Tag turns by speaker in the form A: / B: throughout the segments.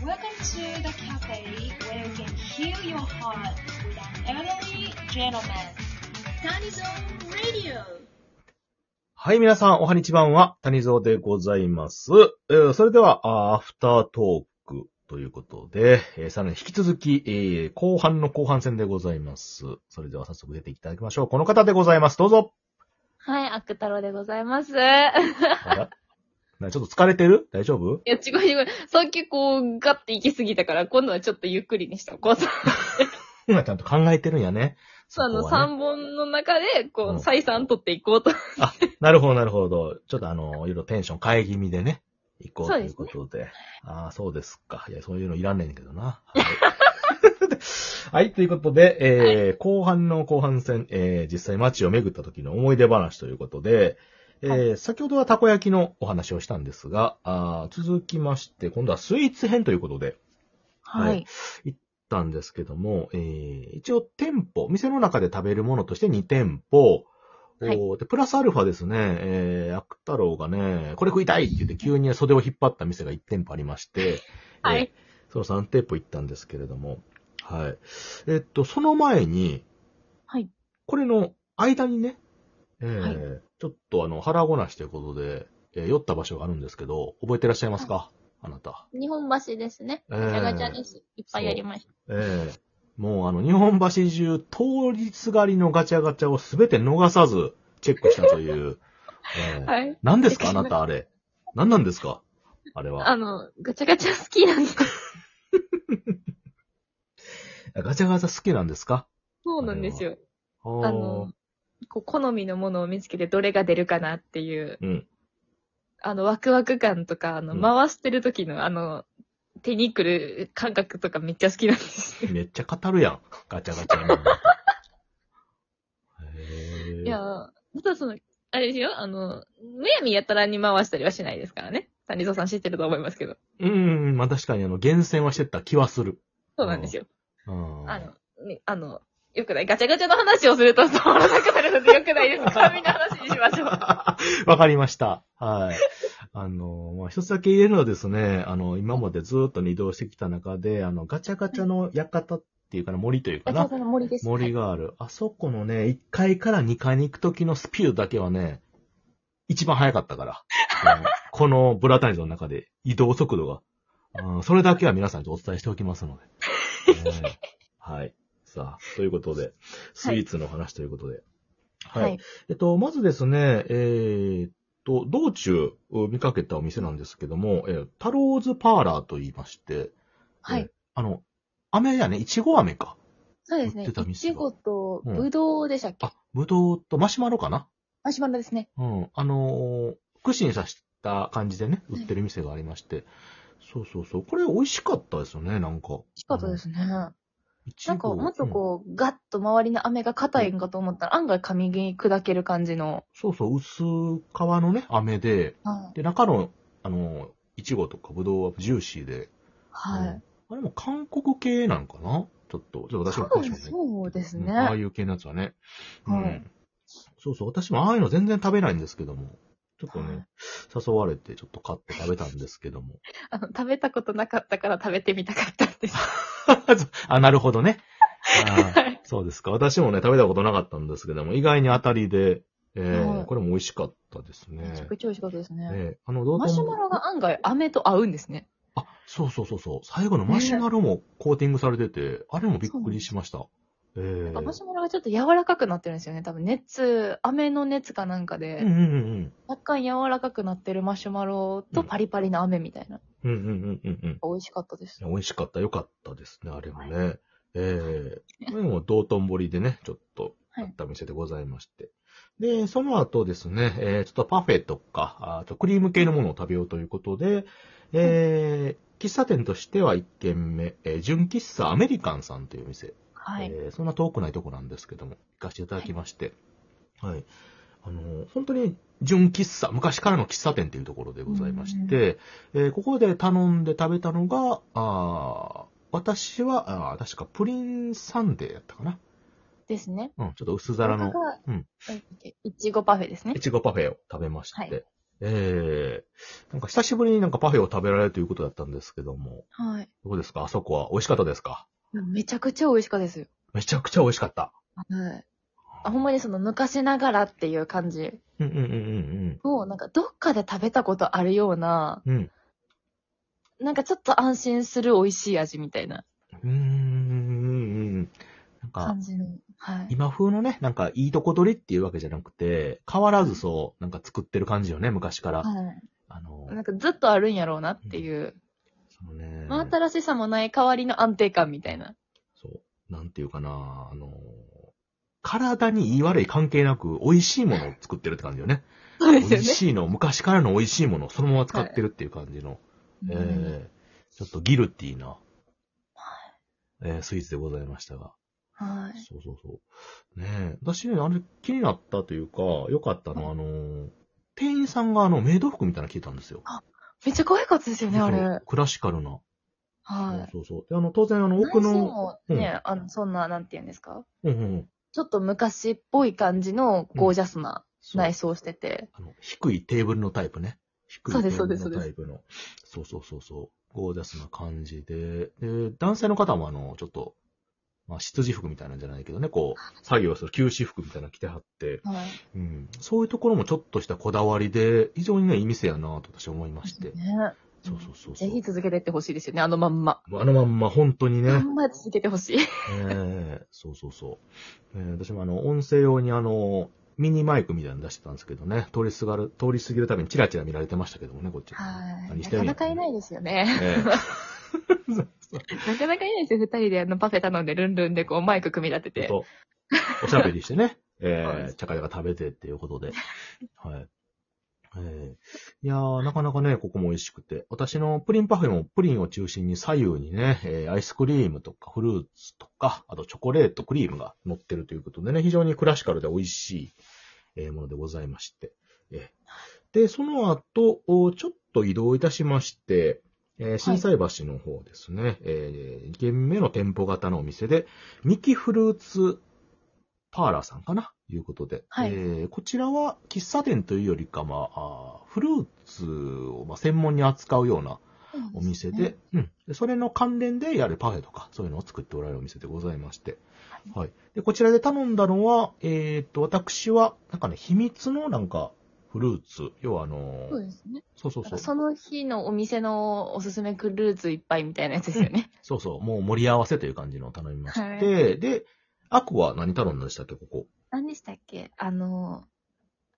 A: Welcome to the cafe where you can heal your heart with an elderly gentleman. Tanizon Radio.
B: はい、皆さん、おはにちばんは、谷蔵でございます。えーそれでは、あーアフタートークということで、えーさらに引き続き、えー後半の後半戦でございます。それでは早速出ていただきましょう。この方でございます。どう ぞ。
C: はい、アク太郎でございます。いや、
B: あらなちょっと疲れてる大丈夫
C: 違う違う。さっきこう、ガッて行き過ぎたから、今度はちょっとゆっくりにした。こうさ、
B: 今ちゃんと考えてるんやね。
C: その
B: こはね
C: 3本の中で、
B: う
C: こ
B: ん
C: う、再三取っていこうと。
B: なるほど、なるほど。ちょっとあの、いろいろテンション変え気味でね、行こう
C: そ
B: と
C: う
B: い
C: で
B: う
C: すね
B: ことで。ああ、そうですか。いや、そういうのいらんねんけどな。 はいはい、ということで、えー後半の後半戦、えー実際街を巡った時の思い出話ということで、えー先ほどはたこ焼きのお話をしたんですが、あー続きまして、今度はスイーツ編ということで、はい。行ったんですけども、えー一応店舗、店の中で食べるものとして2店舗、
C: はい
B: おーでプラスアルファですね、えー、悪太郎がね、これ食いたいって言って急に袖を引っ張った店が1店舗ありま して、
C: は
B: えー
C: い。
B: その3店舗行ったんですけれども、はい。えっと、その前に、
C: はい。
B: これの間にね、えー
C: はい
B: ちょっとあの、腹ごなしということで、えー酔った場所があるんですけど、覚えてらっしゃいますか、あなた。
C: 日本橋ですね。
B: えー
C: ガチャガチャです。いっぱいやりました。
B: ええもうあの、日本橋中、通りすがりのガチャガチャをすべて逃さず、チェックしたという。ええ
C: はい。
B: 何ですかあなた、あれ。何なんですかあれは。
C: あの、ガチャガチャ好きなんです。
B: ガチャガチャ好きなんですか
C: そうなんですよ。
B: あ
C: あの、こう好みのものを見つけてどれが出るかなっていう、
B: うん。
C: あの、ワクワク感とか、あの、
B: うん
C: 回してる時の、あの、手にくる感覚とかめっちゃ好きなんですよ。
B: めっちゃ語るやん。ガチャガチャの。へえ
C: いや、ただその、あれですよ、あの、むやみやたらに回したりはしないですからね。谷蔵さん知ってると思いますけど。
B: うん、まあ確かにあの、厳選はしてた気はする。
C: そうなんですよ。
B: うん。
C: あの、ね、あの、よくない。ガチャガチャの話をすると止まらなくなるのでよくないです。 紙の話にしましょう。
B: わかりました。はい。あの、まあ、一つだけ言えるのはですね、あの、今までずっと移動してきた中で、あの、ガチャガチャの館っていうかな、森というかな、
C: ャの森で
B: 森がある。あそこのね、1階から2階に行く時のスピードだけはね、一番早かったから。あの このブラタニゾの中で移動速度が。うんそれだけは皆さんにお伝えしておきますので。ねはい。さあ、ということで、スイーツの話ということで。はい。
C: はい。
B: えっと、まずですね、えーっと、道中う見かけたお店なんですけども、えータローズパーラーと言いまして、
C: はい
B: えーあの、飴やね、いちご飴か。
C: そう
B: ですね売ってた
C: い
B: 店がいちご
C: と
B: うんぶ
C: どうでしたっ
B: あ、ぶどうとマシュマロかな
C: マシュマロですね。
B: うん。あのー串に刺した感じでね、売ってる店がありまして、そうそうそう。これ美味しかったですよね、なんか。
C: 美味しかったですね。
B: いちご。
C: なんか、もっとこう、ガッと周りの飴が硬いんかと思ったら、案外噛み砕ける感じの。
B: うんそうそう、薄皮のね、飴で、
C: はい。
B: で、中の、あのーいちごとかぶどうはジューシーで、
C: は
B: う
C: い
B: ん。あれも韓国系なんかなちょっと、ちょっと私
C: 多
B: も詳し
C: 分
B: くない
C: そうです
B: うんああ
C: ね。
B: いう系のやつはね。
C: はい
B: うんそうそう、私もああいうの全然食べないんですけども、ちょっと
C: は
B: ね、誘われてちょっと買って食べたんですけども。
C: あの、食べたことなかったから食べてみたかったんです。
B: あ、なるほどね。あ
C: は
B: ーそうですか。私もね、食べたことなかったんですけども、意外に当たりで、えー
C: はい
B: これも美味しかったですね。
C: めちゃくちゃ美味しかったですね。
B: えーあの、どうとも
C: マシュマロが案外飴と合うんですね。
B: あ、そうそうそうそう。最後のマシュマロもコーティングされてて、あれもびっくりしました。えー
C: マシュマロがちょっと柔らかくなってるんですよね。多分熱、飴の熱かなんか
B: うん
C: で、
B: うんうん。
C: 若干柔らかくなってるマシュマロ
B: う
C: と
B: ん
C: パリパリの飴みたいな。
B: うんうんうんうんうん。
C: 美味しかったです。
B: 美味しかった、良かったですね、あれもね。ええこれも道頓堀でね、ちょっと、
C: はい
B: あった店でございまして。で、その後ですね、えーちょっとパフェとか、ああとクリーム系のものを食べようということで、えー喫茶店としては1軒目、えー純喫茶アメリカンさんという店。
C: はい。
B: えーそんな遠くないとこなんですけども、行かせていただきまして、はい。あの、本当に純喫茶、昔からの喫茶店というところでございまして、えーここで頼んで食べたのが、あー私は、あー確かプリンサンデーやったかな。
C: ですね。
B: うん、ちょっと薄皿の
C: 僕が
B: うん
C: えいちごパフェですね
B: い。ちごパフェを食べまして、
C: はい
B: ええなんか久しぶりになんかパフェを食べられるということだったんですけども、
C: はい。
B: どうですかあそこは美味しかったですか
C: めちゃくちゃ美味しかったですよ。
B: めちゃくちゃ美味しかった。
C: はい。あほんまにその昔ながらっていう感じ
B: うんうんうん
C: を、なんかどっかで食べたことあるような、
B: うんうん。
C: なんかちょっと安心する美味しい味みたいな
B: うん。うーん。なんか
C: 感、じの。はい。
B: 今風のね、なんかいいとこ取りっていうわけじゃなくて、変わらずそう、なんか作ってる感じよね、昔から。
C: は
B: あの
C: い。、なんかずっとあるんやろうなっていう、
B: そのね、
C: 真新しさもない代わりの安定感みたいな。
B: そう、なんていうかな、あの、体に良い悪い関係なく、美味しいものを作ってるって感じよね。
C: そう
B: 美味しいの、昔からの美味しいものをそのまま使ってるっていう感じの、え
C: うん
B: えちょっとギルティーな、ええスイーツでございましたが。
C: はい。
B: そうそうそう。ねえ、私ね、あれ気になったというか、良かったのは、あのー店員さんがあの、メイド服みたいなの着てたんですよ。
C: めっちゃ可愛かったですよね、あ
B: そ
C: れ
B: う。クラシカルな。
C: はい。
B: そうそうそう。で、あの、当然あの、奥
C: 内装
B: の、
C: もね、あの、そんな、なんて言うんですか
B: うんうん。
C: ちょっと昔っぽい感じのゴージャスな
B: そう
C: 内装してて。
B: あの、低いテーブルのタイプね。低いテ
C: そうです
B: ーブル
C: そうで
B: の
C: す
B: タイプの。そうそうそうそう。ゴージャスな感じで。で、男性の方もあの、ちょっと、まあ、執事服みたいなんじゃないけどね、こう、作業する休止服みたいなの着てはって、
C: はい。
B: うん。そういうところもちょっとしたこだわりで、非常にね、いい店やなと私は思いまして。
C: ね。
B: そうそうそうそ
C: ぜ
B: う。
C: ひ続けていってほしいですよね、あのまんま。
B: もうあのまんま本当に
C: あ
B: ね、
C: んま続けてほしい。
B: ええそうそうそう。ええ私もあの、音声用にあの、ミニマイクみたいなの出してたんですけどね、通りすがる、通り過ぎるたびにチラチラ見られてましたけどもね、こっち。
C: はい。
B: 何して
C: なか
B: んの
C: なかいないですよね。
B: え
C: なかなかいないですよ、二人であのパフェ頼んでルンルンでこうマイク組み立て
B: え
C: て。
B: と、おしゃべりしてね、え
C: そう
B: え
C: です
B: ちゃかちゃか食べてっていうことで。はい。ええいやー、なかなかね、ここも美味しくて。私のプリンパフェもプリンを中心に左右にね、ええアイスクリームとかフルーツとか、あとチョコレートクリームが乗ってるということでね、非常にクラシカルで美味しい、ええものでございまして。ええで、その後、おちょっと移動いたしまして、えー、震災橋の方ですね、えー、2軒目の店舗型のお店で、ミキフルーツパーラーさんかないうことで、
C: はい
B: えーこちらは喫茶店というよりか、まあ、あーフルーツをまあ専門に扱うようなお店で、うん。でそれの関連でやるパフェとか、そういうのを作っておられるお店でございまして。はい。で、こちらで頼んだのは、えーっと、私は、なんかね、秘密のなんか、フルーツ。要はあのー
C: そうですね。
B: そうそう
C: なん
B: そ
C: か
B: う。
C: その日のお店のおすすめクルーツいっぱいみたいなやつですよね。
B: そうそう、もう盛り合わせという感じのを頼みまして、
C: はい
B: で、アクは何頼んだんでしたっけ、ここ。
C: 何でしたっけあの、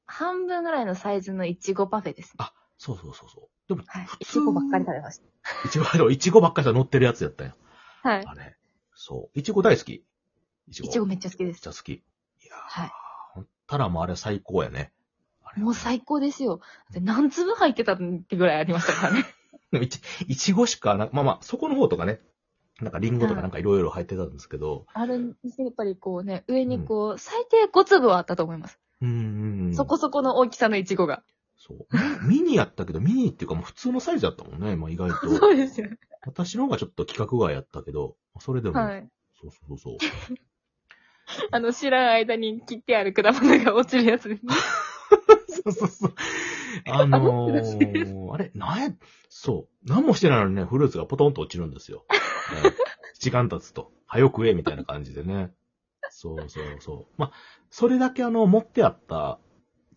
C: 半分ぐらいのサイズのいちごパフェですね。
B: そうそうそうそう。でも、
C: はい
B: 普。
C: い
B: 通
C: ちごばっかり食べまし
B: いちご、でもいちごばっかりさ、乗ってるやつやったんや。
C: た。はい。
B: あれ。そう。いちご大好きいち
C: いちご
B: めっ
C: めっちゃ好きです
B: ち。ゃ好き。いやー、
C: はい
B: ほったらもうあれ最高やね。あれ
C: もう最高ですよ。で何粒入ってたってぐらいありましたからね。
B: でもいち、いちごしかな、まあまあ、そこの方とかね、なんかリンゴとかなんかいろいろ入ってたんですけど、
C: あれ、やっぱりこうね、上にこう、最低5粒はあったと思います。
B: うーん。
C: そこそこの大きさのイチゴが。
B: そう。ミニやったけど、ミニっていうかもう普通のサイズだったもんね、まあ意外と。
C: そうですよ。
B: 私の方がちょっと企画外やったけど、それでも、
C: はい。
B: そうそうそう
C: あの、知らん間に切ってある果物が落ちるやつですね。
B: そう。そうそうそう。 あのー、あれ、なんや、そう。何もしてないのにね、フルーツがポトンと落ちるんです よ。ね時間経つと、早く食え、みたいな感じでね。そうそうそう。まあ、それだけあの、持ってあったん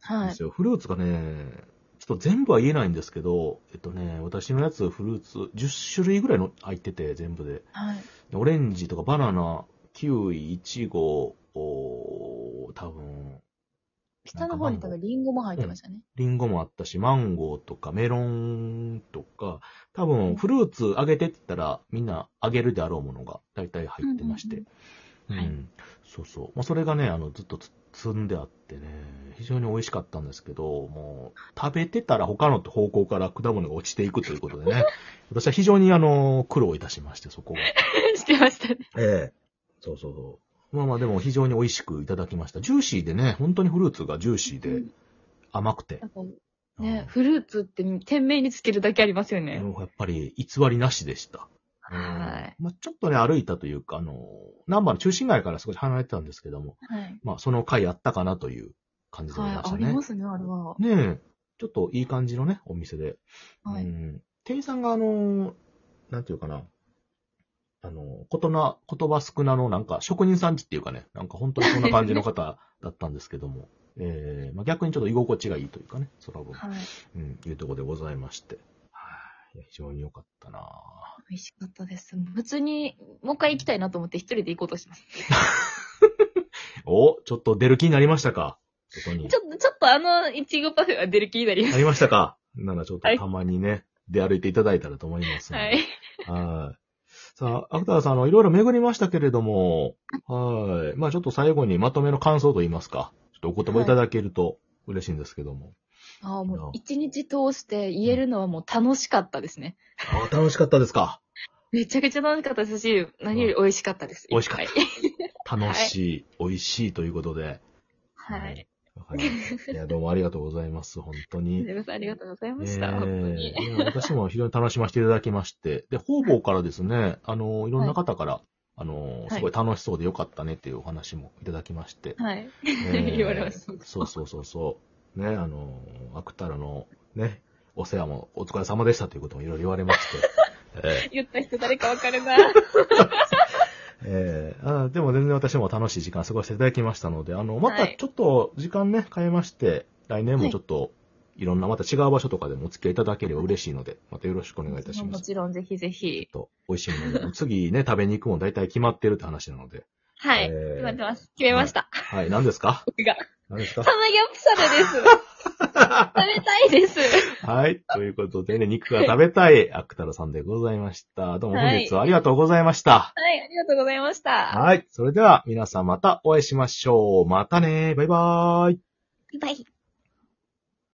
C: は
B: で
C: い
B: す。よ。フルーツがね、ちょっと全部は言えないんですけど、えっとね、私のやつフルーツ10種類ぐらいの入ってて、全部で。
C: はい。
B: オレンジとかバナナ、キウイ、イチゴ、おー多分、
C: 下の方に多分リンゴも入ってましたね。
B: リンゴもあったし、マンゴーとかメロンとか、多分フルーツあげてって言ったら、みんなあげるであろうものが大体入ってまして。う
C: うんんうんうんはい
B: そうそう。まあ、それがね、あの、ずっとつ積んであってね、非常に美味しかったんですけど、もう、食べてたら他の方向から果物が落ちていくということで ね、私は非常にあの、苦労いたしまして、そこが。
C: してましたね。
B: ええ。そうそうそう。まあまあでも非常に美味しくいただきました。ジューシーでね、本当にフルーツがジューシー
C: う
B: で
C: ん
B: 甘くて
C: な。んかね、フルーツって店名につけるだけありますよ
B: うん
C: ね。
B: もうやっぱり偽りなしでした。うん
C: はい
B: まあちょっとね、歩いたというか、あの、南波の中心街から少し離れてたんですけども、
C: はい。
B: まあその回あったかなという感じでございま
C: はい。
B: し
C: あ
B: た
C: り
B: ね
C: ま。すね、あれは。
B: ねえ。ちょっといい感じのね、お店で。
C: は
B: う
C: い。
B: ん。店員さんがあの、なんていうかな。あの、ことな、言葉少なのなんか職人さんちっていうかね、なんか本当にそんな感じの方だったんですけど も、えー、まあ、逆にちょっと居心地がいいというかね、空分、
C: はい。
B: うん、いうところでございまして。はいいや非常に良かったなぁ。
C: 美味しかったです。普通に、もう一回行きたいなと思って一人で行こうとしてます。
B: お、ちょっと出る気になりましたかそこに
C: ち。ょっと、ちょっとあの、いちごパフェは出る気になりま
B: な
C: す。
B: りましたかならちょっと
C: はい
B: たまにね、出歩いていただいたらと思いますので。
C: はい。
B: はい。さあ、アフターさん、あの、いろいろ巡りましたけれども、はい。まあちょっと最後にまとめの感想と言いますか、ちょっとお言葉いただけると嬉しいんですけども。
C: ああ、
B: な
C: もう一日通して言えるのはもう楽しかったですね。
B: あ楽しかったですか
C: めちゃくちゃ楽しかったですし、何より美味しかったです。
B: 美味しかった
C: いっ
B: 楽しい、美味しいということで。
C: ぱい。はい。。
B: わかりま したいや、どうもありがとうございます、本当に。
C: 皆さんありがとうございま
B: え
C: した。本当に。
B: えいや私も非常に楽しませていただきまして、で、方々からですね、あの、いろんな方から、あの、すごい楽しそうでよかったねっていうお話もいただきまして、
C: はい。
B: ええ
C: 言われました
B: そうそうそうそう。ね、あの、アクタラのね、お世話もお疲れ様でしたということもいろいろ言われまして、え
C: 言った人誰かわかるな。
B: えええあでも全然私も楽しい時間過ごしていただきましたので、あの、また
C: はい
B: ちょっと時間ね、変えまして、来年もちょっと、いろんなまた違う場所とかでもお付き合いいただければ嬉しいので、またよろしくお願いいたしま
C: も
B: す。
C: ちろんぜひぜひ。
B: と、美味しいもので。次ね、食べに行くも大体決まってるって話なので。
C: は
B: え
C: い。
B: ー
C: 決まってます。決めました。
B: はい、何ですか
C: 僕が。
B: 何ですか
C: サムギョプサルです。 食べたいです。
B: はい、ということでね、肉が食べたい、アクタラさんでございました。どうも本日はありがとうございました。
C: はい。ありがとうございました。
B: はい、それでは皆さんまたお会いしましょう。またね、バイバーイ。
C: バイバイ。